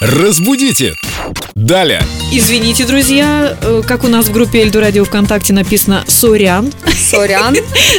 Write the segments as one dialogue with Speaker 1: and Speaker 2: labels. Speaker 1: Разбудите! Далее.
Speaker 2: Извините, друзья, э, как у нас в группе Эльду Радио ВКонтакте написано «Сорян».
Speaker 3: Сорян.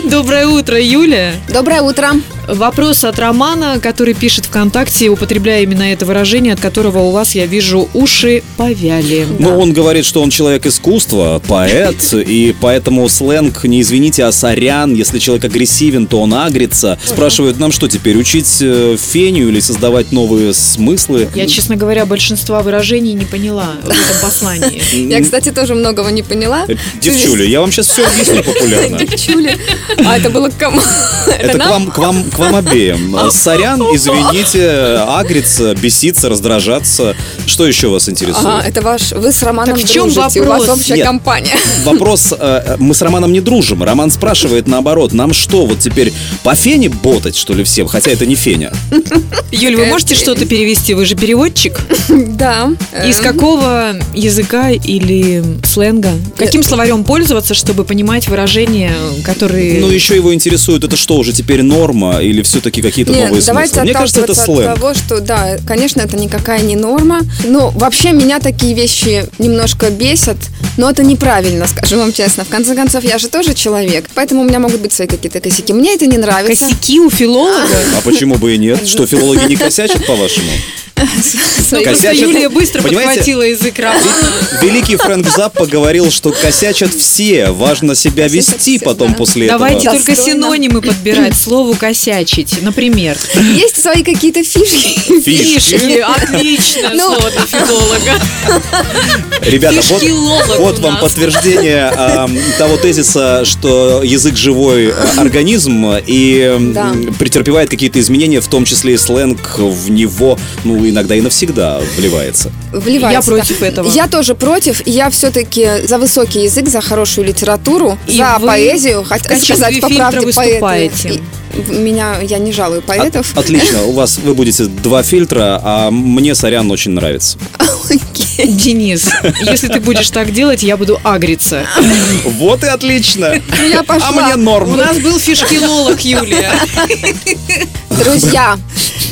Speaker 2: Доброе утро, Юля.
Speaker 3: Доброе утро.
Speaker 2: Вопрос от Романа, который пишет ВКонтакте, употребляя именно это выражение, от которого у вас, я вижу, уши повяли.
Speaker 4: Ну, он говорит, что он человек искусства, поэт, и поэтому сленг, не извините, а сорян, если человек агрессивен, то он агрится. Спрашивают нам, что теперь, учить э, феню или создавать новые смыслы?
Speaker 2: Я, честно говоря, большинства выражений не поняла в этом послании.
Speaker 3: Я, кстати, тоже многого не поняла.
Speaker 4: Девчуля, э, я вам сейчас все объясню популярно.
Speaker 3: Девчуля. А это было к кому?
Speaker 4: Это к
Speaker 3: нам?
Speaker 4: вам, к вам, к вам обеим. Э, Сорян, извините, агриться, беситься, раздражаться. Что еще вас интересует?
Speaker 3: Ага, это ваш... Вы с Романом
Speaker 2: Так в чем
Speaker 3: дружите, у вас
Speaker 2: вопрос?
Speaker 3: общая
Speaker 4: Нет.
Speaker 3: компания.
Speaker 4: Вопрос, э, мы с Романом не дружим. Роман спрашивает наоборот, нам что, вот теперь по фене ботать, что ли, всем? Хотя это не феня.
Speaker 2: Юль,
Speaker 4: Э,
Speaker 2: вы можете что-то перевести? Вы же переводчик.
Speaker 3: Да.
Speaker 4: Э.
Speaker 2: Из
Speaker 3: Эм,
Speaker 2: какого языка или сленга? Каким словарем пользоваться, чтобы понимать выражения, которые...
Speaker 4: Ну, еще его интересует, это что, уже теперь норма или все-таки какие-то
Speaker 3: Нет,
Speaker 4: новые
Speaker 3: ну давайте
Speaker 4: смыслы? Мне кажется, это
Speaker 3: отталкиваться от
Speaker 4: сленг.
Speaker 3: того, что, да, конечно, это никакая не норма. Но вообще меня такие вещи немножко бесят, но это неправильно, скажу вам честно. В конце концов, я же тоже человек, поэтому у меня могут быть свои какие-то косяки. Мне это не нравится.
Speaker 2: Косяки у филолога?
Speaker 4: А почему бы и нет? Что, филологи не косячат, по-вашему?
Speaker 2: Ну, Просто
Speaker 3: Свои-
Speaker 4: косяки. Косячат.
Speaker 2: Юлия быстро
Speaker 4: Понимаете?
Speaker 2: подхватила язык Романа.
Speaker 4: Великий Фрэнк Запп поговорил, что косячат все, важно себя
Speaker 3: Косячат
Speaker 4: вести
Speaker 3: все,
Speaker 4: потом
Speaker 3: да.
Speaker 4: после
Speaker 2: Давайте
Speaker 4: этого.
Speaker 2: только
Speaker 3: Достойно.
Speaker 2: синонимы подбирать слову «косячить». Например,
Speaker 3: Есть свои какие-то фишки.
Speaker 4: Фишки.
Speaker 2: фишки. Отличное
Speaker 3: Ну.
Speaker 2: слово для филолога.
Speaker 4: Ребята, вот,
Speaker 2: Фишкилолог
Speaker 4: вот
Speaker 2: у
Speaker 4: вам
Speaker 2: нас.
Speaker 4: подтверждение эм, того тезиса, что язык живой э, организм э, и м,
Speaker 3: Да.
Speaker 4: претерпевает какие-то изменения, в том числе и сленг в него, ну, иногда и навсегда вливается.
Speaker 3: Вливается,
Speaker 2: Я против
Speaker 3: да.
Speaker 2: этого.
Speaker 3: Я тоже против. Я все-таки за высокий язык, за хорошую литературу,
Speaker 2: И
Speaker 3: за
Speaker 2: вы
Speaker 3: поэзию. Хотя
Speaker 2: качестве
Speaker 3: сказать по
Speaker 2: фильтра
Speaker 3: правде
Speaker 2: выступаете.
Speaker 3: поэты. И Меня я не жалую
Speaker 4: От-
Speaker 3: поэтов.
Speaker 4: отлично, у вас вы будете два фильтра, а мне сорян очень нравится.
Speaker 3: Окей.
Speaker 2: Денис, если ты будешь так делать, я буду агриться.
Speaker 4: Вот и отлично.
Speaker 3: Ну, Я пошла.
Speaker 4: А мне
Speaker 2: У
Speaker 4: норм.
Speaker 2: нас был фишкилолог Юлия.
Speaker 3: Друзья,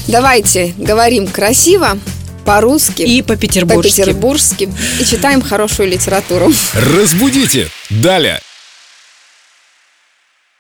Speaker 3: давайте говорим красиво, по-русски,
Speaker 2: И по-петербургски.
Speaker 3: по-петербургски и читаем хорошую литературу.
Speaker 1: Разбудите! Далее.